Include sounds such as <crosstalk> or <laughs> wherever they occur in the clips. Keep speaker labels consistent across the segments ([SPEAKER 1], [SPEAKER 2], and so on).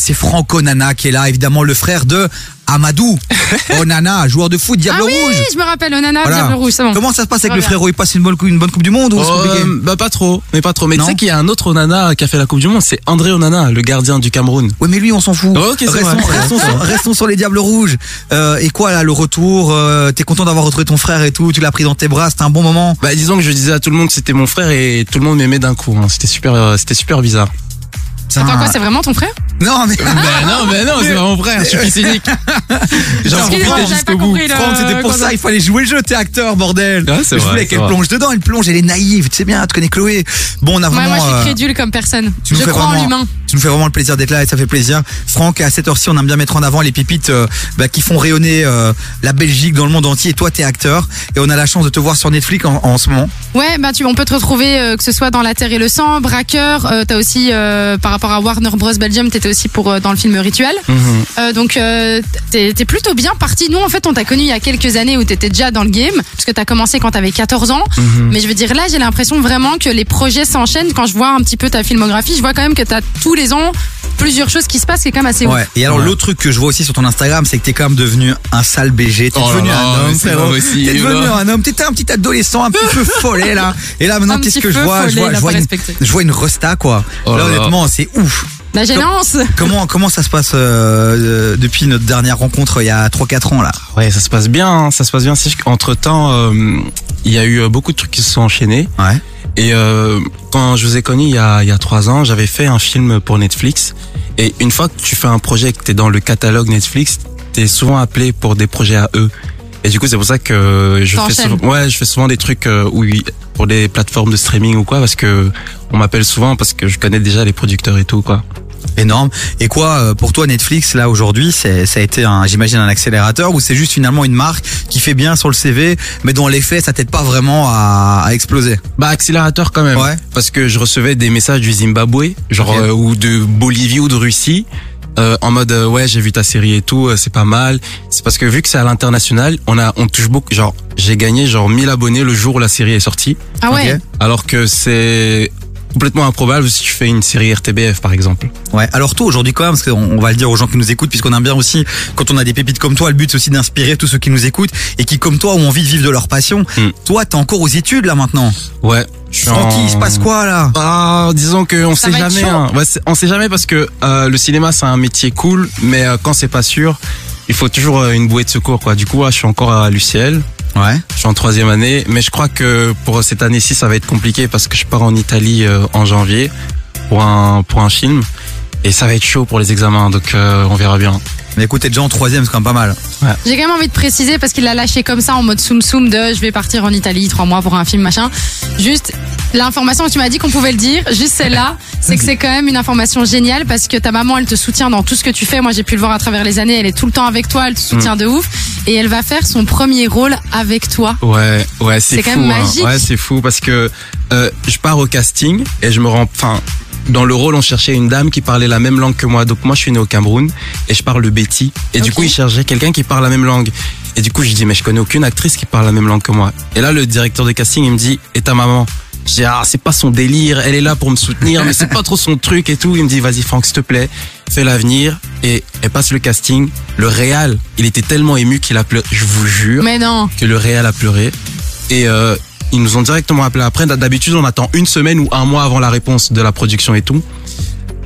[SPEAKER 1] c'est Franco Nana qui est là, évidemment le frère de
[SPEAKER 2] <laughs>
[SPEAKER 1] Amadou Onana, joueur de foot, Diable
[SPEAKER 2] ah oui,
[SPEAKER 1] Rouge.
[SPEAKER 2] je me rappelle, Onana,
[SPEAKER 1] Voilà.
[SPEAKER 2] Diable Rouge, c'est bon.
[SPEAKER 1] Comment ça se passe avec
[SPEAKER 2] Très
[SPEAKER 1] le
[SPEAKER 2] bien.
[SPEAKER 1] frérot Il passe une bonne, cou- une bonne Coupe du Monde ou
[SPEAKER 2] Oh,
[SPEAKER 1] c'est
[SPEAKER 3] Euh,
[SPEAKER 1] compliqué
[SPEAKER 3] bah pas trop, mais pas trop. Mais tu
[SPEAKER 1] Non
[SPEAKER 3] sais qu'il y a un autre Onana qui a fait la Coupe du Monde, c'est André Onana, le gardien du Cameroun.
[SPEAKER 1] Ouais, mais lui, on s'en fout.
[SPEAKER 3] Oh, ok, c'est
[SPEAKER 1] restons,
[SPEAKER 3] vrai.
[SPEAKER 1] restons sur, restons sur les Diables Rouges. Euh, et quoi, là, le retour euh, T'es content d'avoir retrouvé ton frère et tout Tu l'as pris dans tes bras, c'était un bon moment.
[SPEAKER 3] Bah disons que je disais à tout le monde que c'était mon frère et tout le monde m'aimait d'un coup. hein. C'était super, euh, c'était super bizarre.
[SPEAKER 2] Attends,
[SPEAKER 1] Putain.
[SPEAKER 2] quoi, c'est vraiment ton frère
[SPEAKER 1] Ah. Non, mais. <laughs>
[SPEAKER 3] bah non, bah non, c'est mon frère, je suis fils unique. J'en
[SPEAKER 2] Excuse-moi,
[SPEAKER 3] profitais
[SPEAKER 2] j'avais
[SPEAKER 3] jusqu'au
[SPEAKER 2] pas
[SPEAKER 3] bout.
[SPEAKER 2] compris le-
[SPEAKER 1] Franck, c'était pour
[SPEAKER 2] quand-
[SPEAKER 1] ça, il fallait jouer le jeu, t'es acteur, bordel.
[SPEAKER 3] Ah,
[SPEAKER 1] je
[SPEAKER 3] c'est vrai,
[SPEAKER 1] voulais
[SPEAKER 3] c'est
[SPEAKER 1] qu'elle
[SPEAKER 3] vrai.
[SPEAKER 1] plonge dedans, elle plonge, elle est naïve, tu sais bien, tu connais Chloé. Bon, on a
[SPEAKER 2] Ouais,
[SPEAKER 1] vraiment.
[SPEAKER 2] moi, je
[SPEAKER 1] euh,
[SPEAKER 2] suis crédule comme personne.
[SPEAKER 1] tu nous
[SPEAKER 2] Je
[SPEAKER 1] fais
[SPEAKER 2] crois en
[SPEAKER 1] vraiment-
[SPEAKER 2] l'humain.
[SPEAKER 1] Tu nous fais vraiment le plaisir d'être là et ça fait plaisir. Franck, à cette heure-ci, on aime bien mettre en avant les pépites euh, bah, qui font rayonner euh, la Belgique dans le monde entier. Et toi, t'es acteur et on a la chance de te voir sur Netflix en, en ce moment.
[SPEAKER 2] Ouais, bah tu, on peut te retrouver euh, que ce soit dans La Terre et le Sang, Braqueur. Euh, t'as aussi euh, par rapport à Warner Bros Belgium, t'étais aussi pour euh, dans le film Rituel.
[SPEAKER 3] Mhm.
[SPEAKER 2] Euh, donc euh, t'es t'es plutôt bien parti. Nous en fait, on t'a connu il y a quelques années où t'étais déjà dans le game parce que t'as commencé quand t'avais 14 ans.
[SPEAKER 1] Mhm.
[SPEAKER 2] Mais je veux dire là, j'ai l'impression vraiment que les projets s'enchaînent. Quand je vois un petit peu ta filmographie, je vois quand même que t'as tous les ans plusieurs choses qui se passent, qui est quand même assez ouf.
[SPEAKER 1] Ouais. Et alors,
[SPEAKER 3] Ouais.
[SPEAKER 1] l'autre truc que je vois aussi sur ton Instagram, c'est que t'es quand même devenu un sale BG. T'es
[SPEAKER 3] Oh là
[SPEAKER 1] devenu
[SPEAKER 3] là,
[SPEAKER 1] un homme,
[SPEAKER 3] mais c'est
[SPEAKER 1] frérot.
[SPEAKER 3] pas possible.
[SPEAKER 1] T'es devenu un homme. T'étais un petit adolescent, un petit peu
[SPEAKER 2] <laughs>
[SPEAKER 1] follet, là. Et là, maintenant,
[SPEAKER 2] Un
[SPEAKER 1] qu'est-ce
[SPEAKER 2] petit
[SPEAKER 1] que je
[SPEAKER 2] peu
[SPEAKER 1] vois? Je
[SPEAKER 2] follet,
[SPEAKER 1] vois,
[SPEAKER 2] il
[SPEAKER 1] je
[SPEAKER 2] a
[SPEAKER 1] vois
[SPEAKER 2] pas
[SPEAKER 1] une,
[SPEAKER 2] respecté.
[SPEAKER 1] je vois une resta, quoi.
[SPEAKER 3] Oh
[SPEAKER 1] là,
[SPEAKER 3] là là.
[SPEAKER 1] honnêtement, c'est ouf.
[SPEAKER 2] La gênance.
[SPEAKER 1] Comment, comment ça se passe, euh, euh, depuis notre dernière rencontre il y a 3-4 ans, là?
[SPEAKER 3] Ouais, ça se passe bien, hein, ça se passe bien. Entre temps, il y a eu euh, beaucoup de trucs qui se sont enchaînés.
[SPEAKER 1] Ouais.
[SPEAKER 3] Et euh, quand je vous ai connu il y a, il y a trois ans, j'avais fait un film pour Netflix. Et une fois que tu fais un projet et que t'es dans le catalogue Netflix, t'es souvent appelé pour des projets à eux. Et du coup, c'est pour ça que je fais,
[SPEAKER 2] T'enchaînes.
[SPEAKER 3] souvent, ouais, je fais souvent des trucs euh, où, ils- pour des plateformes de streaming ou quoi, parce que on m'appelle souvent parce que je connais déjà les producteurs et tout quoi.
[SPEAKER 1] Énorme. Et quoi, euh, pour toi, Netflix, là, aujourd'hui, c'est- ça a été, un, j'imagine, un accélérateur ou c'est juste finalement une marque qui fait bien sur le CV, mais dont les faits, ça t'aide pas vraiment à, à exploser.
[SPEAKER 3] Bah accélérateur quand même.
[SPEAKER 1] Ouais.
[SPEAKER 3] Parce que je recevais des messages du Zimbabwe, genre
[SPEAKER 1] Ok.
[SPEAKER 3] euh, ou de Bolivie ou de Russie, euh, en mode euh, ouais j'ai vu ta série et tout, euh, c'est pas mal. C'est parce que vu que c'est à l'international, on a on touche beaucoup. Genre j'ai gagné genre 1000 abonnés le jour où la série est sortie,
[SPEAKER 2] Ah ouais.
[SPEAKER 1] Ok.
[SPEAKER 3] alors que c'est complètement improbable si tu fais une série RTBF par exemple.
[SPEAKER 1] Ouais. Alors toi, aujourd'hui, quand même, parce qu'on on va le dire aux gens qui nous écoutent, puisqu'on aime bien aussi, quand on a des pépites comme toi, le but, c'est aussi d'inspirer tous ceux qui nous écoutent et qui, comme toi, ont envie de vivre de leur passion.
[SPEAKER 3] Hmm.
[SPEAKER 1] Toi, t'es encore aux études, là, maintenant.
[SPEAKER 3] Ouais. Je suis
[SPEAKER 1] Francky,
[SPEAKER 3] en-
[SPEAKER 1] il se passe quoi, là?
[SPEAKER 3] Bah, disons que on
[SPEAKER 2] Ça
[SPEAKER 3] sait
[SPEAKER 2] va être
[SPEAKER 3] jamais.
[SPEAKER 2] chaud.
[SPEAKER 3] hein. Ouais, c'est- on sait jamais parce que euh, le cinéma c'est un métier cool, mais euh, quand c'est pas sûr, il faut toujours euh, une bouée de secours quoi. Du coup, ouais, je suis encore à l'UCL,
[SPEAKER 1] Ouais.
[SPEAKER 3] je suis en troisième année, mais je crois que pour cette année-ci ça va être compliqué parce que je pars en Italie euh, en janvier pour un pour un film et ça va être chaud pour les examens, donc euh, on verra bien.
[SPEAKER 1] Mais écoute, t'es déjà en troisième, c'est quand même pas mal.
[SPEAKER 2] J'ai quand même envie de préciser parce qu'il l'a lâché comme ça en mode soum soum de je vais partir en Italie trois mois pour un film machin. Juste l'information que tu m'as dit qu'on pouvait le dire, juste celle-là, c'est que c'est quand même une information géniale parce que ta maman elle te soutient dans tout ce que tu fais. Moi j'ai pu le voir à travers les années, elle est tout le temps avec toi, elle te
[SPEAKER 1] Mm.
[SPEAKER 2] soutient de ouf et elle va faire son premier rôle avec toi.
[SPEAKER 3] Ouais, ouais, c'est
[SPEAKER 2] C'est
[SPEAKER 3] fou.
[SPEAKER 2] quand même
[SPEAKER 3] hein.
[SPEAKER 2] magique.
[SPEAKER 3] Ouais, c'est fou parce que euh, je pars au casting et je me rends. Enfin, dans le rôle, on cherchait une dame qui parlait la même langue que moi. Donc moi, je suis né au Cameroun et je parle le béti. Et du
[SPEAKER 2] Ok.
[SPEAKER 3] coup, ils cherchaient quelqu'un qui parle la même langue. Et du coup, je dis mais je connais aucune actrice qui parle la même langue que moi. Et là, le directeur de casting, il me dit et ta maman. Je dis ah c'est pas son délire, elle est là pour me soutenir, mais c'est pas trop son truc et tout. Il me dit vas-y Franck s'il te plaît, fais l'avenir et elle passe le casting. Le réal, il était tellement ému qu'il a pleuré, je vous jure
[SPEAKER 2] Mais non,
[SPEAKER 3] que le Real a pleuré. Et euh, ils nous ont directement appelé après. D'habitude, on attend une semaine ou un mois avant la réponse de la production et tout.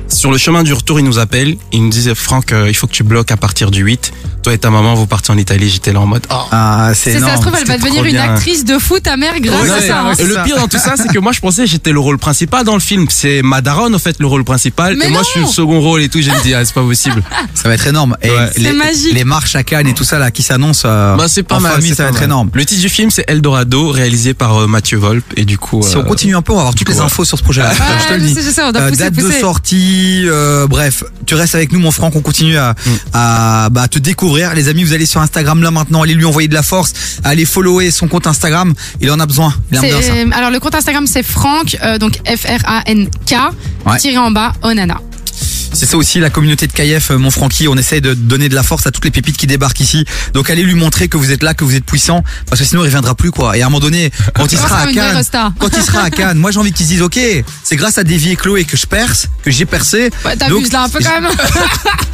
[SPEAKER 3] Sur le chemin du retour, ils nous appellent. Ils nous disent Franck, euh, il faut que tu bloques à partir du 8. Toi et ta maman, vous partez en Italie. J'étais là en mode. Oh.
[SPEAKER 1] Ah, c'est
[SPEAKER 2] c'est
[SPEAKER 1] énorme.
[SPEAKER 2] ça se trouve elle va
[SPEAKER 3] c'était
[SPEAKER 2] devenir
[SPEAKER 3] trop
[SPEAKER 2] une
[SPEAKER 3] bien.
[SPEAKER 2] actrice de foot ta mère grâce
[SPEAKER 3] Ouais,
[SPEAKER 2] à ça. hein.
[SPEAKER 3] et le pire dans tout ça, c'est que moi je pensais que j'étais le rôle principal dans le film. C'est Madaron en fait le rôle principal.
[SPEAKER 2] Mais
[SPEAKER 3] et moi
[SPEAKER 2] non
[SPEAKER 3] je suis le second rôle et tout. J'ai dit, ah, c'est pas possible.
[SPEAKER 1] Ça va être énorme. Et
[SPEAKER 3] Ouais.
[SPEAKER 1] les,
[SPEAKER 2] C'est magique.
[SPEAKER 1] les marches à Cannes et tout ça, là, qui s'annoncent, euh,
[SPEAKER 3] Bah, c'est pas
[SPEAKER 1] en
[SPEAKER 3] mal.
[SPEAKER 1] famille,
[SPEAKER 3] c'est
[SPEAKER 1] ça va
[SPEAKER 3] pas
[SPEAKER 1] être
[SPEAKER 3] mal.
[SPEAKER 1] énorme.
[SPEAKER 3] Le titre du film, c'est Eldorado, réalisé par euh, Mathieu Volpe. Et du coup.
[SPEAKER 1] Si
[SPEAKER 3] euh,
[SPEAKER 1] on continue un peu, on va avoir toutes
[SPEAKER 3] du
[SPEAKER 1] les
[SPEAKER 3] coup,
[SPEAKER 1] infos sur ce projet-là.
[SPEAKER 2] Ouais,
[SPEAKER 1] je te le
[SPEAKER 2] je
[SPEAKER 1] dis.
[SPEAKER 2] sais, je sais, on doit
[SPEAKER 1] Euh,
[SPEAKER 2] pousser,
[SPEAKER 1] date de
[SPEAKER 2] pousser.
[SPEAKER 1] sortie, euh, bref, tu restes avec nous mon Franck, on continue à, à bah, te découvrir. Les amis, vous allez sur Instagram là maintenant, allez lui envoyer de la force, allez follower son compte Instagram, il en a besoin. Il en a besoin de ça.
[SPEAKER 2] C'est- euh, alors le compte Instagram c'est Franck euh, donc F R A N K
[SPEAKER 1] Ouais.
[SPEAKER 2] tiré en bas Onana.
[SPEAKER 1] C'est ça aussi la communauté de Kayef, euh, mon Francky. On essaye de donner de la force à toutes les pépites qui débarquent ici. Donc allez lui montrer que vous êtes là, que vous êtes puissant, parce que sinon il reviendra plus quoi. Et à un moment donné, quand il
[SPEAKER 2] Ça
[SPEAKER 1] sera
[SPEAKER 2] sera
[SPEAKER 1] à
[SPEAKER 2] une vraie
[SPEAKER 1] Cannes,
[SPEAKER 2] resta.
[SPEAKER 1] quand il sera à Cannes, moi j'ai envie qu'ils se disent ok, c'est grâce à Davy et Chloé que je perce, que j'ai percé.
[SPEAKER 2] Bah,
[SPEAKER 1] Donc,
[SPEAKER 2] T'abuses là un peu
[SPEAKER 1] <laughs>
[SPEAKER 2] quand même.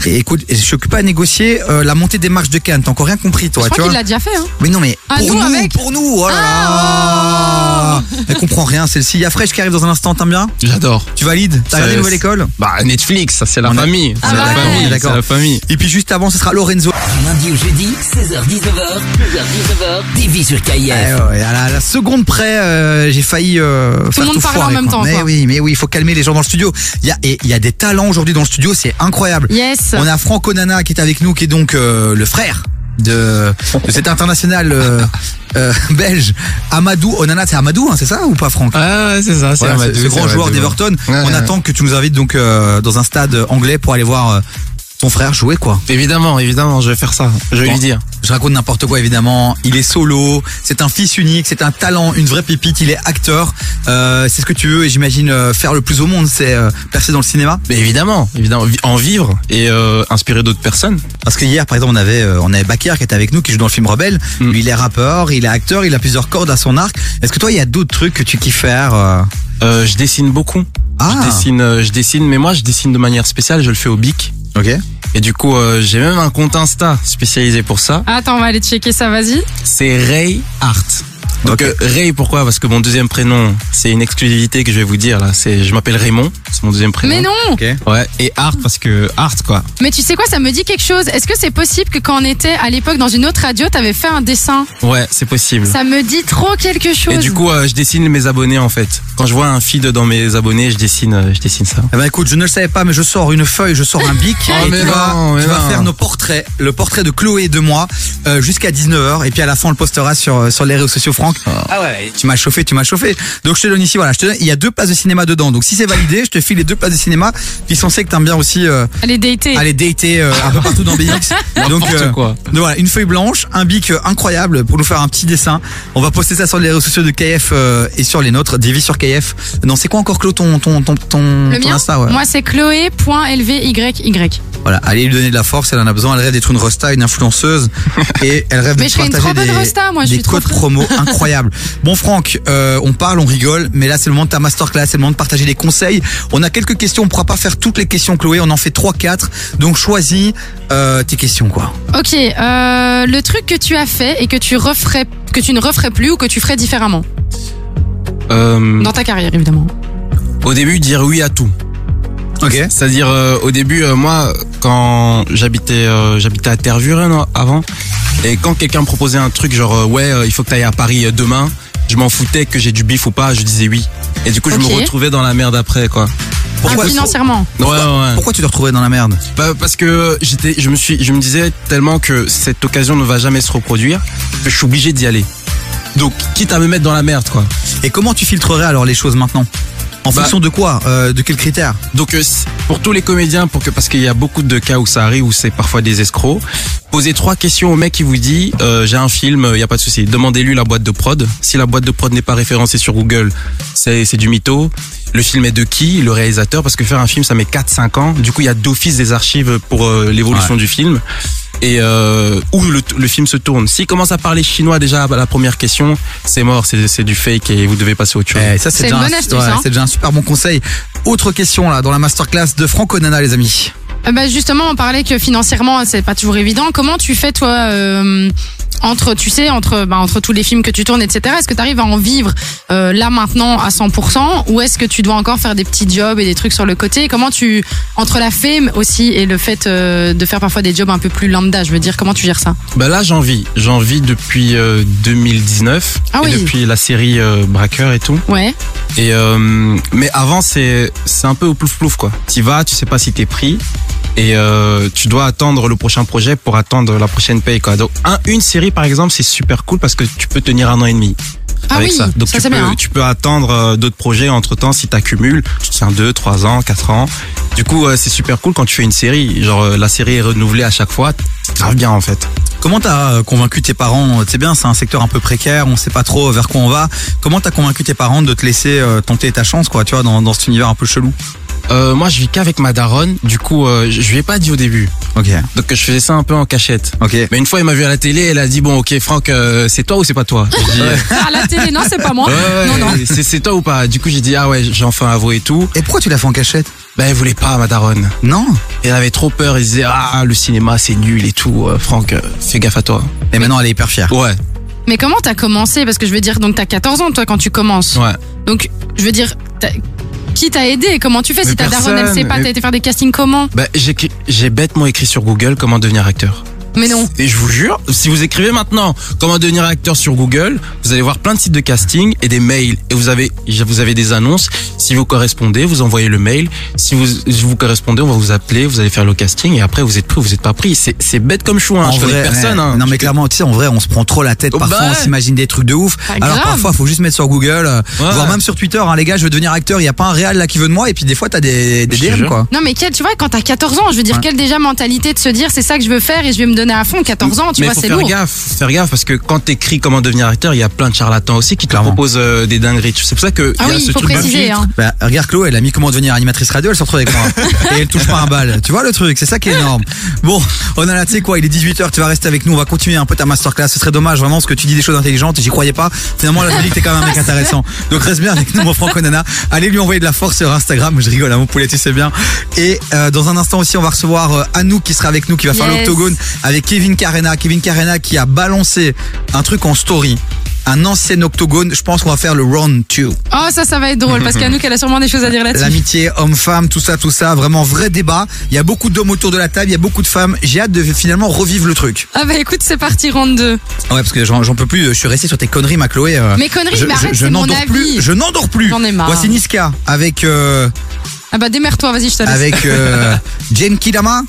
[SPEAKER 1] Et écoute, je s'occupe pas à négocier euh, la montée des marches de Cannes. T'as encore rien compris toi,
[SPEAKER 2] Je
[SPEAKER 1] tu
[SPEAKER 2] crois
[SPEAKER 1] vois
[SPEAKER 2] qu'il l'a déjà fait. Hein.
[SPEAKER 1] mais non, mais
[SPEAKER 2] Ah,
[SPEAKER 1] pour
[SPEAKER 2] nous,
[SPEAKER 1] nous,
[SPEAKER 2] avec Ah, oh.
[SPEAKER 1] pour nous, oh là là. Elle comprend rien, celle-ci. Il y a Fresh qui arrive dans un instant, t'aimes bien
[SPEAKER 3] J'adore.
[SPEAKER 1] Tu valides T'as regardé
[SPEAKER 3] Ça-
[SPEAKER 1] Nouvelle École
[SPEAKER 3] Bah Netflix, ça c'est la
[SPEAKER 1] On est- bah
[SPEAKER 3] famille.
[SPEAKER 2] Ah
[SPEAKER 3] c'est la
[SPEAKER 2] ouais.
[SPEAKER 3] famille,
[SPEAKER 1] D'accord.
[SPEAKER 3] c'est la famille.
[SPEAKER 1] Et puis juste avant, ce sera Lorenzo.
[SPEAKER 4] Du lundi au jeudi, 16h-19h, 16h-19h, TV sur KIF.
[SPEAKER 1] Eh ouais, à, la, à la seconde près, euh, j'ai failli euh, faire
[SPEAKER 2] monde
[SPEAKER 1] tout
[SPEAKER 2] parlait en
[SPEAKER 1] foirer,
[SPEAKER 2] même
[SPEAKER 1] quoi.
[SPEAKER 2] temps,
[SPEAKER 1] Mais
[SPEAKER 2] quoi.
[SPEAKER 1] oui, mais oui, il faut calmer les gens dans le studio. Il y a, et il y a des talents aujourd'hui dans le studio, c'est incroyable.
[SPEAKER 2] Yes.
[SPEAKER 1] On a Franco Nana qui est avec nous, qui est donc euh, le frère de, de cet international euh, <laughs> euh, belge, Amadou Onana. C'est Amadou, hein, c'est ça ou pas, Franck
[SPEAKER 3] Ah ouais, c'est ça,
[SPEAKER 1] Voilà,
[SPEAKER 3] c'est
[SPEAKER 1] ce-
[SPEAKER 3] Amadou,
[SPEAKER 1] ce
[SPEAKER 3] c'est
[SPEAKER 1] grand
[SPEAKER 3] Amadou.
[SPEAKER 1] joueur d'Everton.
[SPEAKER 3] Ouais,
[SPEAKER 1] on
[SPEAKER 3] ouais.
[SPEAKER 1] attend que tu nous invites donc euh, dans un stade anglais pour aller voir euh, ton frère jouer quoi.
[SPEAKER 3] Évidemment, évidemment, je vais faire ça. Je vais
[SPEAKER 1] Bon.
[SPEAKER 3] lui dire.
[SPEAKER 1] Je raconte n'importe quoi évidemment. Il est solo, c'est un fils unique, c'est un talent, une vraie pépite. Il est acteur. Euh, c'est ce que tu veux et j'imagine euh, faire le plus au monde, c'est euh, percer dans le cinéma.
[SPEAKER 3] Mais évidemment, évidemment, vi- en vivre et euh, inspirer d'autres personnes.
[SPEAKER 1] Parce que hier par exemple on avait euh, on avait Bakir qui était avec nous qui joue dans le film Rebelle.
[SPEAKER 3] Mm.
[SPEAKER 1] Lui il est rappeur, il est acteur, il a plusieurs cordes à son arc. Est-ce que toi il y a d'autres trucs que tu kiffes faire euh
[SPEAKER 3] Euh, je dessine beaucoup.
[SPEAKER 1] Ah.
[SPEAKER 3] Je dessine, euh, je dessine, mais moi je dessine de manière spéciale. Je le fais au bic.
[SPEAKER 1] ok.
[SPEAKER 3] Et du coup, euh, j'ai même un compte Insta spécialisé pour ça.
[SPEAKER 2] Attends, on va aller checker ça, vas-y.
[SPEAKER 3] C'est Ray Art.
[SPEAKER 1] Ok.
[SPEAKER 3] Donc euh, Ray, pourquoi Parce que mon deuxième prénom, c'est une exclusivité que je vais vous dire là. C'est, je m'appelle Raymond, c'est mon deuxième prénom.
[SPEAKER 2] Mais non
[SPEAKER 1] Eh
[SPEAKER 3] Ouais. Et Art parce que Art quoi.
[SPEAKER 2] Mais tu sais quoi, ça me dit quelque chose. Est-ce que c'est possible que quand on était à l'époque dans une autre radio, t'avais fait un dessin
[SPEAKER 3] Ouais, c'est possible.
[SPEAKER 2] Ça me dit trop quelque chose.
[SPEAKER 3] Et du coup, euh, je dessine mes abonnés en fait. Quand je vois un feed dans mes abonnés, je dessine, euh, je dessine ça.
[SPEAKER 1] Eh ben écoute, je ne le savais pas, mais je sors une feuille, je sors un bic.
[SPEAKER 3] <laughs> Oh,
[SPEAKER 1] et
[SPEAKER 3] mais
[SPEAKER 1] tu vas,
[SPEAKER 3] non, mais
[SPEAKER 1] tu vas
[SPEAKER 3] non.
[SPEAKER 1] faire nos portraits, le portrait de Chloé et de moi, euh, jusqu'à 19h. Et puis à la fin, on le postera sur, euh, sur les réseaux sociaux, Franck. Ah ouais, tu m'as chauffé, tu m'as chauffé. Donc je te donne ici, voilà, je te donne, il y a deux places de cinéma dedans. Donc si c'est validé, je te file les deux places de cinéma. Puis on sait que t'aimes bien aussi euh, <laughs>
[SPEAKER 2] Allez, dater.
[SPEAKER 1] aller dater euh, un peu partout dans BX. Donc, euh,
[SPEAKER 3] quoi.
[SPEAKER 1] donc voilà, une feuille blanche, un bic euh, incroyable pour nous faire un petit dessin. On va poster ça sur les réseaux sociaux de KF euh, et sur les nôtres, Divi sur KF. Non, c'est quoi encore Claude ton ton ton ton,
[SPEAKER 2] Le
[SPEAKER 1] ton
[SPEAKER 2] mien
[SPEAKER 1] Insta, ouais.
[SPEAKER 2] Moi, c'est chloé.lvyy.
[SPEAKER 1] Voilà, allez lui donner de la force, elle en a besoin, elle rêve d'être une rosta, une
[SPEAKER 2] <laughs>
[SPEAKER 1] influenceuse et elle rêve
[SPEAKER 2] Mais
[SPEAKER 1] de
[SPEAKER 2] je fais une
[SPEAKER 1] partager
[SPEAKER 2] trop bonne
[SPEAKER 1] des,
[SPEAKER 2] rosta, moi, je
[SPEAKER 1] des
[SPEAKER 2] suis trop
[SPEAKER 1] codes
[SPEAKER 2] fan. <laughs>
[SPEAKER 1] promo incroyables. Bon Franck, euh, on parle, on rigole, mais là c'est le moment de ta masterclass, c'est le moment de partager des conseils. On a quelques questions, on pourra pas faire toutes les questions Chloé, on en fait 3 4. Donc choisis euh, tes questions quoi.
[SPEAKER 2] Ok, euh, le truc que tu as fait et que tu referais, que tu ne referais plus ou que tu ferais différemment
[SPEAKER 1] Hmm.
[SPEAKER 3] Euh,
[SPEAKER 2] dans ta carrière, évidemment.
[SPEAKER 3] au début, dire oui à tout.
[SPEAKER 1] OK.
[SPEAKER 3] C'est-à-dire euh, au début euh, moi quand j'habitais euh, j'habitais à Tervuren euh, avant et quand quelqu'un me proposait un truc genre euh, ouais euh, il faut que t'ailles à Paris euh, demain je m'en foutais que j'ai du bif ou pas je disais oui et du coup je
[SPEAKER 2] Ok.
[SPEAKER 3] me retrouvais dans la merde après quoi
[SPEAKER 2] Ah, financièrement.
[SPEAKER 3] ouais ouais
[SPEAKER 1] pourquoi tu te retrouvais dans la merde
[SPEAKER 3] bah, parce que j'étais je me suis je me disais tellement que cette occasion ne va jamais se reproduire que je suis obligé d'y aller donc quitte à me mettre dans la merde quoi
[SPEAKER 1] Et comment tu filtrerais alors les choses maintenant En
[SPEAKER 3] Bah-
[SPEAKER 1] fonction de quoi Euh, De quels critères
[SPEAKER 3] Donc euh, c- pour tous les comédiens, pour que parce qu'il y a beaucoup de cas où ça arrive où c'est parfois des escrocs, posez trois questions au mec qui vous dit euh, j'ai un film, il y a pas de souci. Demandez-lui la boîte de prod. Si la boîte de prod n'est pas référencée sur Google, c'est c'est du mytho. Le film est de qui Le réalisateur parce que faire un film ça met 4 5 ans. Du coup, il y a d'office des archives pour euh, l'évolution du film. Et euh, où le, le film se tourne. S'il commence à parler chinois déjà à la première question, c'est mort, c'est c'est du fake et vous devez passer à autre chose.
[SPEAKER 1] Eh, ça, c'est
[SPEAKER 2] C'est
[SPEAKER 1] déjà,
[SPEAKER 2] une
[SPEAKER 1] un-
[SPEAKER 2] bonne astuce,
[SPEAKER 1] ouais,
[SPEAKER 2] hein.
[SPEAKER 1] c'est déjà un super bon conseil. Autre question là dans la masterclass de Franco Nana les amis.
[SPEAKER 2] Euh, bah, justement, on parlait que financièrement, hein, c'est pas toujours évident. Comment tu fais toi euh, entre, tu sais, entre, bah, entre tous les films que tu tournes, etc. Est-ce que tu arrives à en vivre euh, là maintenant à 100% ou est-ce que tu dois encore faire des petits jobs et des trucs sur le côté Comment tu entre la fame aussi et le fait euh, de faire parfois des jobs un peu plus lambda, je veux dire, comment tu gères ça
[SPEAKER 3] Bah là j'en vis, j'en vis depuis euh, 2019
[SPEAKER 2] Ah
[SPEAKER 3] et
[SPEAKER 2] oui.
[SPEAKER 3] depuis la série euh, Braqueur et tout.
[SPEAKER 2] Ouais.
[SPEAKER 3] Et euh, mais avant c'est c'est un peu au plouf plouf quoi. T'y vas, tu sais pas si t'es pris et euh, tu dois attendre le prochain projet pour attendre la prochaine paye quoi. Donc un, une série par exemple c'est super cool parce que tu peux tenir un an et demi
[SPEAKER 2] Ah
[SPEAKER 3] avec
[SPEAKER 2] oui,
[SPEAKER 3] ça. Donc
[SPEAKER 2] ça
[SPEAKER 3] tu,
[SPEAKER 2] c'est
[SPEAKER 3] peux,
[SPEAKER 2] bien. hein.
[SPEAKER 3] tu peux attendre euh, d'autres projets entre temps si t'accumules. Tu tiens deux, trois ans, quatre ans. Du coup euh, c'est super cool quand tu fais une série. Genre euh, la série est renouvelée à chaque fois. C'est Grave bien en fait.
[SPEAKER 1] Comment t'as euh, convaincu tes parents Tu sais bien, c'est un secteur un peu précaire, on sait pas trop vers quoi on va. Comment t'as convaincu tes parents de te laisser euh, tenter ta chance, quoi, tu vois, dans, dans cet univers un peu chelou
[SPEAKER 3] euh, moi je vis qu'avec ma daronne, du coup euh, je je lui ai pas dit au début.
[SPEAKER 1] Ok,
[SPEAKER 3] Donc je faisais ça un peu en cachette.
[SPEAKER 1] ok.
[SPEAKER 3] Mais une fois elle m'a vu à la télé, elle a dit bon ok Franck euh, c'est toi ou c'est pas toi J'ai dit, euh,
[SPEAKER 2] À Ah, la télé, non, c'est pas moi.
[SPEAKER 3] <laughs> ouais, ouais,
[SPEAKER 2] Non, non.
[SPEAKER 3] C'est, c'est toi ou pas Du coup j'ai dit ah ouais j'ai enfin avoué et tout.
[SPEAKER 1] Et pourquoi tu l'as fait en cachette
[SPEAKER 3] Ben elle voulait pas ma daronne.
[SPEAKER 1] Non.
[SPEAKER 3] Elle avait trop peur, elle disait ah le cinéma c'est nul et tout. Euh, Franck euh, fais gaffe à toi.
[SPEAKER 1] Et maintenant, elle est hyper fière.
[SPEAKER 3] Ouais
[SPEAKER 2] Mais comment t'as commencé Parce que je veux dire, donc t'as 14 ans, toi, quand tu commences.
[SPEAKER 3] ouais.
[SPEAKER 2] Donc, je veux dire, t'as- qui t'a aidé Comment tu fais
[SPEAKER 3] Mais
[SPEAKER 2] si ta daronne, elle
[SPEAKER 3] personne,
[SPEAKER 2] sait pas
[SPEAKER 3] mais-
[SPEAKER 2] T'as été faire des castings comment
[SPEAKER 3] Ben j'ai, j'ai bêtement écrit sur Google comment devenir acteur.
[SPEAKER 2] Mais non.
[SPEAKER 3] Et je vous jure, si vous écrivez maintenant comment devenir acteur sur Google, vous allez voir plein de sites de casting et des mails. Et vous avez, vous avez des annonces. Si vous correspondez, vous envoyez le mail. Si vous, si vous correspondez, on va vous appeler, vous allez faire le casting et après vous êtes pris ou vous êtes pas pris. C'est, c'est bête comme chou, hein.
[SPEAKER 1] En
[SPEAKER 3] Je connais
[SPEAKER 1] vrai,
[SPEAKER 3] personne,
[SPEAKER 1] ouais.
[SPEAKER 3] hein.
[SPEAKER 1] Non mais clairement, tu sais, en vrai, on se prend trop la tête
[SPEAKER 3] Oh,
[SPEAKER 1] parfois,
[SPEAKER 3] bah
[SPEAKER 1] on
[SPEAKER 3] ouais.
[SPEAKER 1] s'imagine des trucs de ouf.
[SPEAKER 2] Pas
[SPEAKER 1] Alors
[SPEAKER 2] grave.
[SPEAKER 1] parfois, faut juste mettre sur Google, euh,
[SPEAKER 3] Ouais.
[SPEAKER 1] voire même sur Twitter, hein, les gars, je veux devenir acteur, il y a pas un réel là qui veut de moi et puis des fois t'as des des
[SPEAKER 3] Je te
[SPEAKER 1] DM
[SPEAKER 3] jure.
[SPEAKER 1] quoi.
[SPEAKER 2] Non, mais quelle, tu vois, quand t'as 14 ans, je veux dire,
[SPEAKER 1] Ouais.
[SPEAKER 2] quelle déjà mentalité de se dire, c'est ça que je veux faire et je vais me donner à fond. 14 ans, tu
[SPEAKER 3] mais
[SPEAKER 2] vois,
[SPEAKER 3] faut
[SPEAKER 2] c'est
[SPEAKER 3] faire
[SPEAKER 2] lourd.
[SPEAKER 3] gaffe, faut faire gaffe parce que quand t'écris comment devenir acteur, il y a plein de charlatans aussi qui te
[SPEAKER 1] Clairement.
[SPEAKER 3] proposent euh, des dingueries. C'est pour ça que
[SPEAKER 2] Ah
[SPEAKER 3] il y a
[SPEAKER 2] oui,
[SPEAKER 3] ce
[SPEAKER 2] il faut
[SPEAKER 3] truc de
[SPEAKER 2] préciser.
[SPEAKER 3] filtre.
[SPEAKER 2] Hein.
[SPEAKER 1] Bah, regarde Chloé, elle a mis comment devenir animatrice radio, elle se retrouve avec
[SPEAKER 2] <laughs>
[SPEAKER 1] moi. et elle touche pas un bal. Tu vois le truc, c'est ça qui est énorme. Bon, on a là, tu sais quoi, il est 18h, tu vas rester avec nous, on va continuer un peu ta masterclass. Ce serait dommage vraiment parce que tu dis des choses intelligentes, j'y croyais pas. Finalement, la musique, t'es quand même
[SPEAKER 2] <laughs> Ah,
[SPEAKER 1] un mec intéressant. Donc reste bien avec nous, mon Franck Onana. Allez lui envoyer de la force sur Instagram, je rigole, à mon poulet, tu sais bien. Et euh, dans un instant aussi, on va recevoir euh, Anouk qui sera avec nous, qui va faire
[SPEAKER 2] Yes.
[SPEAKER 1] l'octogone avec Kevin Carena. Kevin Carena qui a balancé un truc en story. Un ancien octogone, je pense qu'on va faire le round 2.
[SPEAKER 2] Oh, ça, ça va être drôle parce qu'Anouk, elle a sûrement des choses à dire là-dessus.
[SPEAKER 1] L'amitié homme-femme, tout ça, tout ça, vraiment vrai débat. Il y a beaucoup d'hommes autour de la table, il y a beaucoup de femmes. J'ai hâte de finalement revivre le truc.
[SPEAKER 2] Ah bah écoute, c'est parti, round 2.
[SPEAKER 1] Ouais, parce que j'en j'en peux plus. euh, Je suis resté sur tes conneries, ma Chloé. euh,
[SPEAKER 2] Mes conneries,
[SPEAKER 1] je,
[SPEAKER 2] mais
[SPEAKER 1] je-
[SPEAKER 2] arrête,
[SPEAKER 1] je
[SPEAKER 2] c'est mon
[SPEAKER 1] n'endors
[SPEAKER 2] avis.
[SPEAKER 1] plus. Je n'endors plus.
[SPEAKER 2] J'en ai marre.
[SPEAKER 1] Voici Niska avec euh,
[SPEAKER 2] Ah bah démerde-toi, vas-y, je te laisse. <laughs>
[SPEAKER 1] avec euh, Jane Kidama.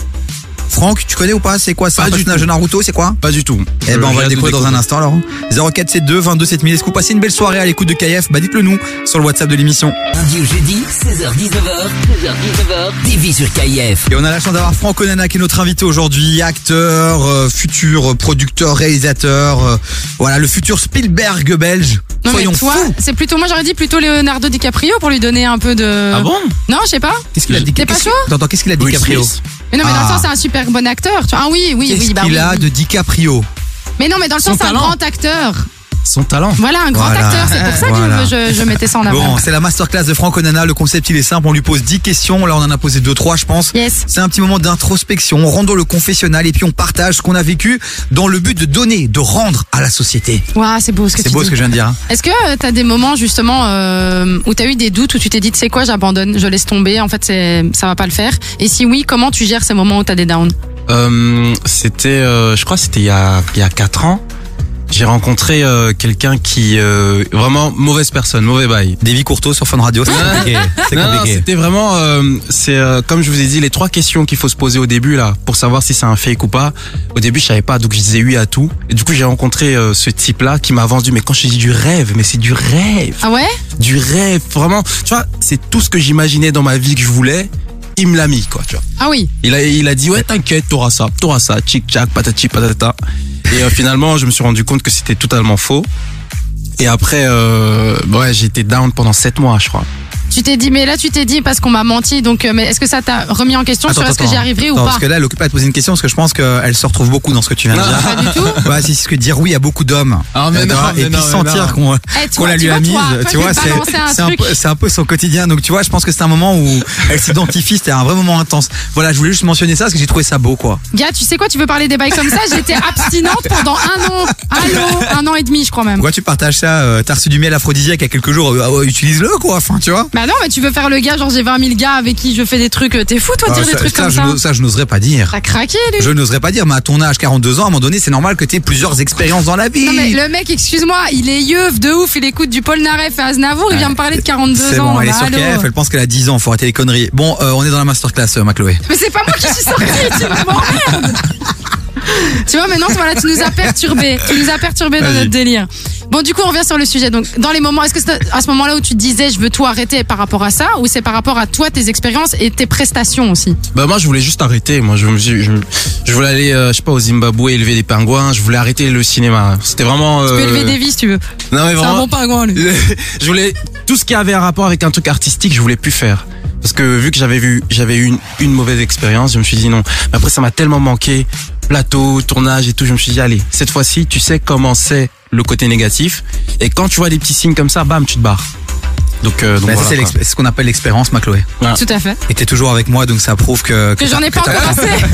[SPEAKER 1] Franck, tu connais ou pas C'est quoi ça
[SPEAKER 3] Pas
[SPEAKER 1] Un
[SPEAKER 3] du
[SPEAKER 1] personnage de Naruto, c'est quoi
[SPEAKER 3] Pas du tout.
[SPEAKER 1] Eh
[SPEAKER 3] Je-
[SPEAKER 1] ben, on va
[SPEAKER 3] j'ai
[SPEAKER 1] le
[SPEAKER 3] hâte de
[SPEAKER 1] découvrir dans un instant, Laurent. 0472 22 7000. Est-ce que vous passez une belle soirée à l'écoute de KF Bah, dites-le nous sur le WhatsApp de l'émission.
[SPEAKER 4] Lundi au jeudi, 16h19h, 16h19h, TV sur KIF.
[SPEAKER 1] Et on a la chance d'avoir Franck Onana qui est notre invité aujourd'hui, acteur, euh, futur producteur, réalisateur, euh, voilà le futur Spielberg belge.
[SPEAKER 2] Non mais
[SPEAKER 1] Soyons
[SPEAKER 2] toi,
[SPEAKER 1] fous.
[SPEAKER 2] c'est plutôt moi j'aurais dit plutôt Leonardo DiCaprio pour lui donner un peu de.
[SPEAKER 3] Ah bon
[SPEAKER 2] Non, je sais pas.
[SPEAKER 1] Qu'est-ce qu'il a dit
[SPEAKER 2] T'es pas
[SPEAKER 1] Qu'est-ce-
[SPEAKER 2] chaud
[SPEAKER 1] Attends, attends, qu'est-ce qu'il a dit
[SPEAKER 3] Will
[SPEAKER 1] DiCaprio
[SPEAKER 3] Smith.
[SPEAKER 2] Mais non, mais dans le
[SPEAKER 1] Ah.
[SPEAKER 2] sens c'est un super bon acteur. Tu vois. Ah oui, oui,
[SPEAKER 1] Qu'est-ce
[SPEAKER 2] oui. Bah,
[SPEAKER 1] qu'il
[SPEAKER 2] oui,
[SPEAKER 1] a
[SPEAKER 2] oui.
[SPEAKER 1] de DiCaprio
[SPEAKER 2] Mais non, mais dans le
[SPEAKER 3] Son
[SPEAKER 2] sens c'est un
[SPEAKER 3] talent.
[SPEAKER 2] grand acteur.
[SPEAKER 3] Son talent.
[SPEAKER 2] Voilà, un grand
[SPEAKER 1] Voilà.
[SPEAKER 2] acteur. C'est pour ça que
[SPEAKER 1] Voilà.
[SPEAKER 2] je, je mettais ça en avant.
[SPEAKER 1] Bon, c'est la masterclass de Franck Onana. Le concept il est simple, on lui pose 10 questions. Là, on en a posé 2 3 je pense.
[SPEAKER 2] Yes.
[SPEAKER 1] C'est un petit moment d'introspection. On rentre dans le confessionnal et puis on partage ce qu'on a vécu dans le but de donner, de rendre à la société.
[SPEAKER 2] Waouh, c'est beau ce que
[SPEAKER 1] C'est
[SPEAKER 2] tu
[SPEAKER 1] beau
[SPEAKER 2] dis.
[SPEAKER 1] ce que je viens de dire. hein.
[SPEAKER 2] Est-ce que euh, t'as des moments justement euh, où t'as eu des doutes où tu t'es dit, tu sais quoi, j'abandonne, je laisse tomber, en fait c'est ça va pas le faire. Et si oui, comment tu gères ces moments où t'as des downs
[SPEAKER 3] Euh, c'était, euh, je crois, que c'était il y a il y a quatre ans. J'ai rencontré euh, quelqu'un qui euh, vraiment mauvaise personne, mauvais bail.
[SPEAKER 1] Davy Courteau sur Fun Radio, c'est compliqué. C'est
[SPEAKER 3] Non, non,
[SPEAKER 1] compliqué.
[SPEAKER 3] c'était vraiment, euh, c'est euh, comme je vous ai dit, les trois questions qu'il faut se poser au début là pour savoir si c'est un fake ou pas. Au début, je savais pas, donc je disais oui à tout. Et du coup, j'ai rencontré euh, ce type-là qui m'a vendu. Mais quand je te dis du rêve, mais c'est du rêve,
[SPEAKER 2] Ah ouais
[SPEAKER 3] du rêve, vraiment. Tu vois, c'est tout ce que j'imaginais dans ma vie que je voulais. Il me l'a mis, quoi. Tu vois.
[SPEAKER 2] Ah oui.
[SPEAKER 3] Il a, il a dit ouais t'inquiète t'auras ça t'auras ça chic chac patati patata et euh, finalement je me suis rendu compte que c'était totalement faux et après euh, ouais j'étais down pendant 7 mois je crois
[SPEAKER 2] Tu t'es dit, mais là tu t'es dit parce qu'on m'a menti, donc euh, mais est-ce que ça t'a remis en question sur est-ce que j'y arriverai ou
[SPEAKER 1] attends,
[SPEAKER 2] pas
[SPEAKER 1] Parce que là, elle occupe à te poser une question parce que je pense qu'elle se retrouve beaucoup dans ce que tu viens de dire.
[SPEAKER 2] Pas du
[SPEAKER 1] <laughs>
[SPEAKER 2] <laughs> tout.
[SPEAKER 1] Ouais, c'est ce que dire oui à beaucoup d'hommes.
[SPEAKER 3] Ah,
[SPEAKER 1] Tu
[SPEAKER 3] mais
[SPEAKER 1] vois,
[SPEAKER 3] non, mais
[SPEAKER 1] et puis
[SPEAKER 3] non, mais
[SPEAKER 1] sentir
[SPEAKER 3] non.
[SPEAKER 1] qu'on
[SPEAKER 2] Eh,
[SPEAKER 1] qu'on
[SPEAKER 2] toi,
[SPEAKER 1] la
[SPEAKER 2] tu
[SPEAKER 1] lui
[SPEAKER 2] vois,
[SPEAKER 1] a mise,
[SPEAKER 2] toi, toi,
[SPEAKER 1] tu
[SPEAKER 2] je
[SPEAKER 1] vois,
[SPEAKER 2] vais
[SPEAKER 1] c'est
[SPEAKER 2] balancer un
[SPEAKER 1] c'est un,
[SPEAKER 2] truc.
[SPEAKER 1] peu- c'est un peu son quotidien. Donc tu vois, je pense que c'est un moment où elle s'identifie, c'était un vrai moment intense. Voilà, je voulais juste mentionner ça parce que j'ai trouvé ça beau, quoi.
[SPEAKER 2] Gars, tu sais quoi, tu veux parler des bails comme ça J'étais abstinente pendant un an, un an, un an et demi, je crois même.
[SPEAKER 1] Pourquoi tu partages ça euh, T'as reçu du miel aphrodisiaque il y a quelques jours, euh, ah ouais, utilise-le, quoi. Enfin, tu vois.
[SPEAKER 2] Bah non, mais tu veux faire le gars, genre j'ai 20 000 gars avec qui je fais des trucs. euh, T'es fou, toi, de
[SPEAKER 1] Ah,
[SPEAKER 2] dire des trucs comme
[SPEAKER 1] je
[SPEAKER 2] ça Ah
[SPEAKER 1] n'ose- ça, je n'oserais pas dire.
[SPEAKER 2] T'as craqué, lui
[SPEAKER 1] Je n'oserais pas dire, mais à ton âge, 42 ans, à un moment donné, c'est normal que t'aies plusieurs expériences dans la vie.
[SPEAKER 2] Non mais le mec, excuse-moi, il est yeuf de ouf, il écoute du Paul Naref et Aznavour, il vient me parler de 42
[SPEAKER 1] Ah, C'est
[SPEAKER 2] ans.
[SPEAKER 1] bon, elle est
[SPEAKER 2] bah,
[SPEAKER 1] sur
[SPEAKER 2] allô.
[SPEAKER 1] KF, elle pense qu'elle a 10 ans, faut arrêter les conneries. Bon, euh, on est dans la masterclass, euh, ma Chloé.
[SPEAKER 2] Mais c'est pas moi qui suis sortie, tu m'emmerdes Tu vois, maintenant, voilà, tu nous as perturbés. Tu nous as perturbés dans
[SPEAKER 1] Vas-y.
[SPEAKER 2] notre délire. Bon, du coup, on revient sur le sujet. Donc, dans les moments, est-ce que c'est à ce moment-là où tu te disais, je veux tout arrêter par rapport à ça, ou c'est par rapport à toi, tes expériences et tes prestations aussi
[SPEAKER 3] bah moi je voulais juste arrêter moi je me suis- je, me- je voulais aller euh, je sais pas au Zimbabwe élever des pingouins je voulais arrêter le cinéma c'était vraiment
[SPEAKER 2] Tu peux
[SPEAKER 3] euh,
[SPEAKER 2] élever des vies si tu veux.
[SPEAKER 3] non
[SPEAKER 2] C'est
[SPEAKER 3] mais
[SPEAKER 2] un
[SPEAKER 3] vraiment
[SPEAKER 2] bon pingouin, lui.
[SPEAKER 3] je voulais tout ce qui avait un rapport avec un truc artistique je voulais plus faire Parce que vu que j'avais vu, j'avais eu une, une mauvaise expérience, je me suis dit non. Mais après, ça m'a tellement manqué, plateau, tournage et tout, je me suis dit, allez, cette fois-ci, tu sais comment c'est le côté négatif. Et quand tu vois des petits signes comme ça, bam, tu te barres. Donc, euh, donc
[SPEAKER 1] Bah, ça,
[SPEAKER 3] voilà,
[SPEAKER 1] c'est
[SPEAKER 3] quoi.
[SPEAKER 1] l'expé- c'est ce qu'on appelle l'expérience, ma Chloé.
[SPEAKER 2] Tout à fait.
[SPEAKER 1] Et t'es toujours avec moi, donc ça prouve que.
[SPEAKER 2] <laughs> Que j'en ai
[SPEAKER 1] t'as-
[SPEAKER 2] pas
[SPEAKER 1] t'as-
[SPEAKER 2] encore assez.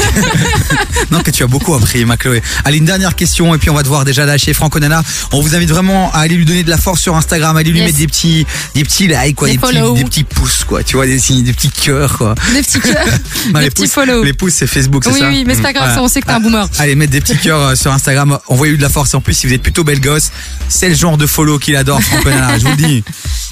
[SPEAKER 1] Non, que tu as beaucoup appris, ma Chloé. Allez, une dernière question, et puis on va devoir déjà lâcher Franck Onana. On vous invite vraiment à aller lui donner de la force sur Instagram, à aller lui
[SPEAKER 2] Yes.
[SPEAKER 1] mettre des petits, des petits likes, quoi,
[SPEAKER 2] Des
[SPEAKER 1] des, petits,
[SPEAKER 2] follow.
[SPEAKER 1] des petits pouces, quoi. Tu vois, des, signes- des petits cœurs,
[SPEAKER 2] <laughs>
[SPEAKER 1] quoi. <laughs>
[SPEAKER 2] Des petits cœurs.
[SPEAKER 1] Non,
[SPEAKER 2] des
[SPEAKER 1] les
[SPEAKER 2] petits
[SPEAKER 1] pouces-
[SPEAKER 2] follow.
[SPEAKER 1] Les pouces, c'est Facebook, c'est
[SPEAKER 2] Oui,
[SPEAKER 1] ça
[SPEAKER 2] oui, mais c'est pas grave,
[SPEAKER 1] Voilà.
[SPEAKER 2] ça, on sait que t'es un boomer.
[SPEAKER 1] Allez, mettre des petits cœurs euh, sur Instagram, envoyez-lui de la force. En plus, si vous êtes plutôt belle gosse, c'est le genre de follow qu'il adore, Franck Onana, je vous le dis.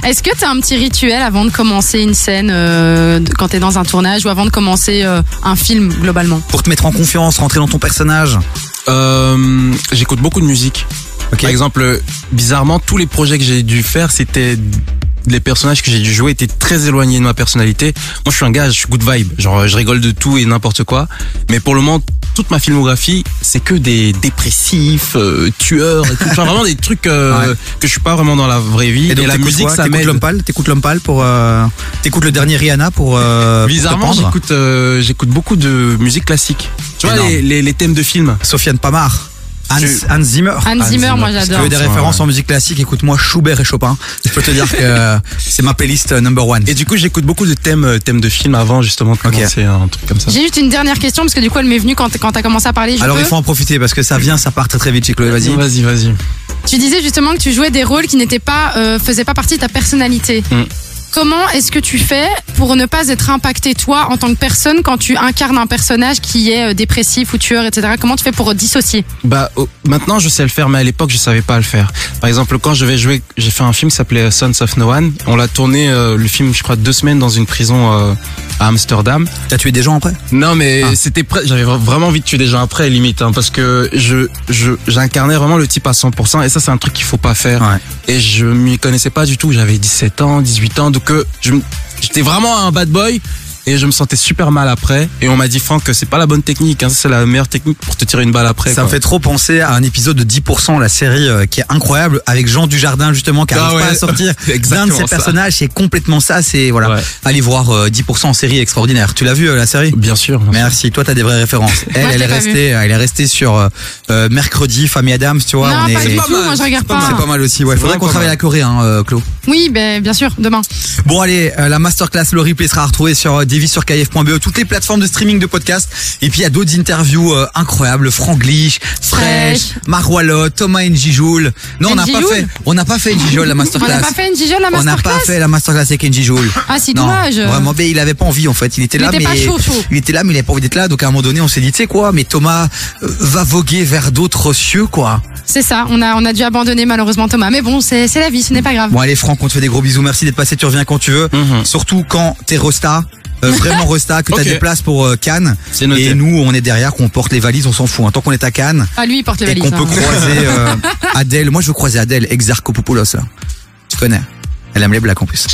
[SPEAKER 2] Est-ce que t'as un petit rituel avant de commencer une scène euh, de- quand t'es dans un tournage ou avant de commencer euh, un film globalement
[SPEAKER 1] Pour te mettre en confiance, rentrer dans ton personnage.
[SPEAKER 3] Euh, j'écoute beaucoup de musique.
[SPEAKER 1] Ok.
[SPEAKER 3] Par exemple, euh, bizarrement, tous les projets que j'ai dû faire, c'était les personnages que j'ai dû jouer étaient très éloignés de ma personnalité. Moi, je suis un gars, je suis good vibe. Genre, euh, je rigole de tout et n'importe quoi. Mais pour le moment, toute ma filmographie, c'est que des dépressifs, euh, tueurs, et tout. Enfin, vraiment des trucs euh,
[SPEAKER 1] Ouais.
[SPEAKER 3] que je suis pas vraiment dans la vraie vie. Et,
[SPEAKER 1] donc,
[SPEAKER 3] la
[SPEAKER 1] t'écoutes
[SPEAKER 3] musique,
[SPEAKER 1] quoi
[SPEAKER 3] ça
[SPEAKER 1] T'écoutes euh,
[SPEAKER 3] m'aide.
[SPEAKER 1] Lompal, t'écoutes Lompal pour, euh, t'écoutes le dernier Rihanna pour, euh, pour te
[SPEAKER 3] Bizarrement,
[SPEAKER 1] pendre.
[SPEAKER 3] j'écoute, euh, j'écoute beaucoup de musique classique. Tu vois,
[SPEAKER 1] Énorme.
[SPEAKER 3] les, les- les thèmes de films.
[SPEAKER 1] Sofiane Pamar, Hans,
[SPEAKER 3] Je-
[SPEAKER 1] Hans Zimmer.
[SPEAKER 2] Hans Zimmer, moi
[SPEAKER 1] Si tu
[SPEAKER 2] j'adore.
[SPEAKER 1] veux des
[SPEAKER 3] Ouais,
[SPEAKER 1] références
[SPEAKER 3] ouais.
[SPEAKER 1] en musique classique, écoute-moi Schubert et Chopin. Je peux te dire que <laughs> c'est ma playlist euh, number one.
[SPEAKER 3] Et du coup, j'écoute beaucoup de thèmes, euh, thèmes de films avant, justement, de
[SPEAKER 1] Ok.
[SPEAKER 3] commencer un truc comme ça.
[SPEAKER 2] J'ai juste une dernière question parce que du coup elle m'est venue quand t- quand t'as commencé à parler. Je
[SPEAKER 1] Alors
[SPEAKER 2] peux
[SPEAKER 1] il faut en profiter parce que ça vient, ça part très très vite chez Chloé, vas-y.
[SPEAKER 3] vas-y, vas-y.
[SPEAKER 2] Tu disais justement que tu jouais des rôles qui n'étaient pas, euh, faisaient pas partie de ta personnalité.
[SPEAKER 3] Mm.
[SPEAKER 2] Comment est-ce que tu fais pour ne pas être impacté toi en tant que personne quand tu incarnes un personnage qui est euh, dépressif ou tueur, etc. Comment tu fais pour dissocier
[SPEAKER 3] Bah oh, maintenant je sais le faire, mais à l'époque je savais pas le faire. Par exemple, quand je vais jouer, j'ai fait un film qui s'appelait euh, Sons of No One. On l'a tourné euh, le film, je crois, deux semaines dans une prison euh, à Amsterdam.
[SPEAKER 1] T'as tué des gens après
[SPEAKER 3] Non, mais
[SPEAKER 1] Ah.
[SPEAKER 3] c'était prêt. J'avais vra- vraiment envie de tuer des gens après, limite, hein, parce que je je j'incarnais vraiment le type à 100%. Et ça, c'est un truc qu'il faut pas faire.
[SPEAKER 1] Ouais.
[SPEAKER 3] Et je m'y connaissais pas du tout. J'avais 17 ans, 18 ans, donc euh, je m- j'étais vraiment un bad boy. Et je me sentais super mal après. Et on m'a dit, Franck, que c'est pas la bonne technique. Hein, c'est la meilleure technique pour te tirer une balle après.
[SPEAKER 1] Ça me
[SPEAKER 3] quoi.
[SPEAKER 1] fait trop penser à un épisode de 10%, la série euh, qui est incroyable, avec Jean Dujardin justement, qui
[SPEAKER 3] Ah
[SPEAKER 1] n'arrive pas
[SPEAKER 3] ouais.
[SPEAKER 1] à sortir d'un de
[SPEAKER 3] Exactement
[SPEAKER 1] ses
[SPEAKER 3] ça.
[SPEAKER 1] personnages. C'est complètement ça, c'est voilà.
[SPEAKER 3] Ouais.
[SPEAKER 1] Allez voir euh, 10% en série extraordinaire. Tu l'as vu euh, la série
[SPEAKER 3] Bien sûr.
[SPEAKER 1] Merci, toi t'as des vraies références. Elle,
[SPEAKER 2] Moi, je
[SPEAKER 1] elle, est
[SPEAKER 2] l'ai pas
[SPEAKER 1] restée, elle est restée sur euh, euh, mercredi, Famille Adams, tu vois.
[SPEAKER 2] Non,
[SPEAKER 1] on
[SPEAKER 2] pas
[SPEAKER 1] est...
[SPEAKER 2] du
[SPEAKER 3] pas
[SPEAKER 2] tout.
[SPEAKER 3] mal,
[SPEAKER 2] Moi je
[SPEAKER 3] c'est
[SPEAKER 2] regarde
[SPEAKER 3] pas
[SPEAKER 2] pas.
[SPEAKER 1] C'est pas mal aussi, ouais. Faudrait
[SPEAKER 3] vraiment
[SPEAKER 1] qu'on
[SPEAKER 3] pas
[SPEAKER 1] travaille
[SPEAKER 3] mal.
[SPEAKER 1] la Corée, hein, euh, Claude.
[SPEAKER 2] Oui, ben bien sûr, demain.
[SPEAKER 1] Bon, allez, euh, la masterclass, le replay sera retrouvé sur euh, devisurkf.be, toutes les plateformes de streaming de podcasts. Et puis, il y a d'autres interviews euh, incroyables. Franglish, Fresh,
[SPEAKER 2] Fresh.
[SPEAKER 1] Marwalot, Thomas Njijoul. Non, on n'a pas
[SPEAKER 2] Njijoul
[SPEAKER 1] fait, on n'a pas fait Njijoul, la
[SPEAKER 2] On n'a
[SPEAKER 1] masterclass.
[SPEAKER 2] pas fait une gigole la
[SPEAKER 1] On n'a pas
[SPEAKER 2] masterclass
[SPEAKER 1] fait la masterclass avec Njijoul.
[SPEAKER 2] Ah, si,
[SPEAKER 1] Non,
[SPEAKER 2] dommage.
[SPEAKER 1] Vraiment, mais il avait pas envie en fait. Il était
[SPEAKER 2] Il
[SPEAKER 1] là,
[SPEAKER 2] était
[SPEAKER 1] mais
[SPEAKER 2] pas chaud, chaud.
[SPEAKER 1] il était là, mais il avait pas envie d'être là. Donc à un moment donné, on s'est dit, tu sais quoi, mais Thomas euh, va voguer vers d'autres cieux, quoi.
[SPEAKER 2] C'est ça, on a, on a dû abandonner malheureusement Thomas. Mais bon, c'est c'est la vie, ce n'est pas grave.
[SPEAKER 1] Bon allez Franck, on te fait des gros bisous. Merci d'être passé. Tu reviens quand tu veux.
[SPEAKER 3] Mhm.
[SPEAKER 1] Surtout quand t'es Rosta. euh,
[SPEAKER 2] <laughs>
[SPEAKER 1] vraiment Rosta, que t'as
[SPEAKER 3] Ok.
[SPEAKER 1] des places pour euh, Cannes.
[SPEAKER 3] C'est noté.
[SPEAKER 1] Et nous, on est derrière, qu'on porte les valises, on s'en fout. hein. Tant qu'on est à Cannes
[SPEAKER 2] Ah, lui, il porte les
[SPEAKER 1] et
[SPEAKER 2] valises.
[SPEAKER 1] qu'on peut
[SPEAKER 2] hein.
[SPEAKER 1] croiser
[SPEAKER 2] <laughs>
[SPEAKER 1] euh, Adèle. Moi, je veux croiser Adèle, Exarchopoulos. là. Tu connais. Elle aime les blagues en plus.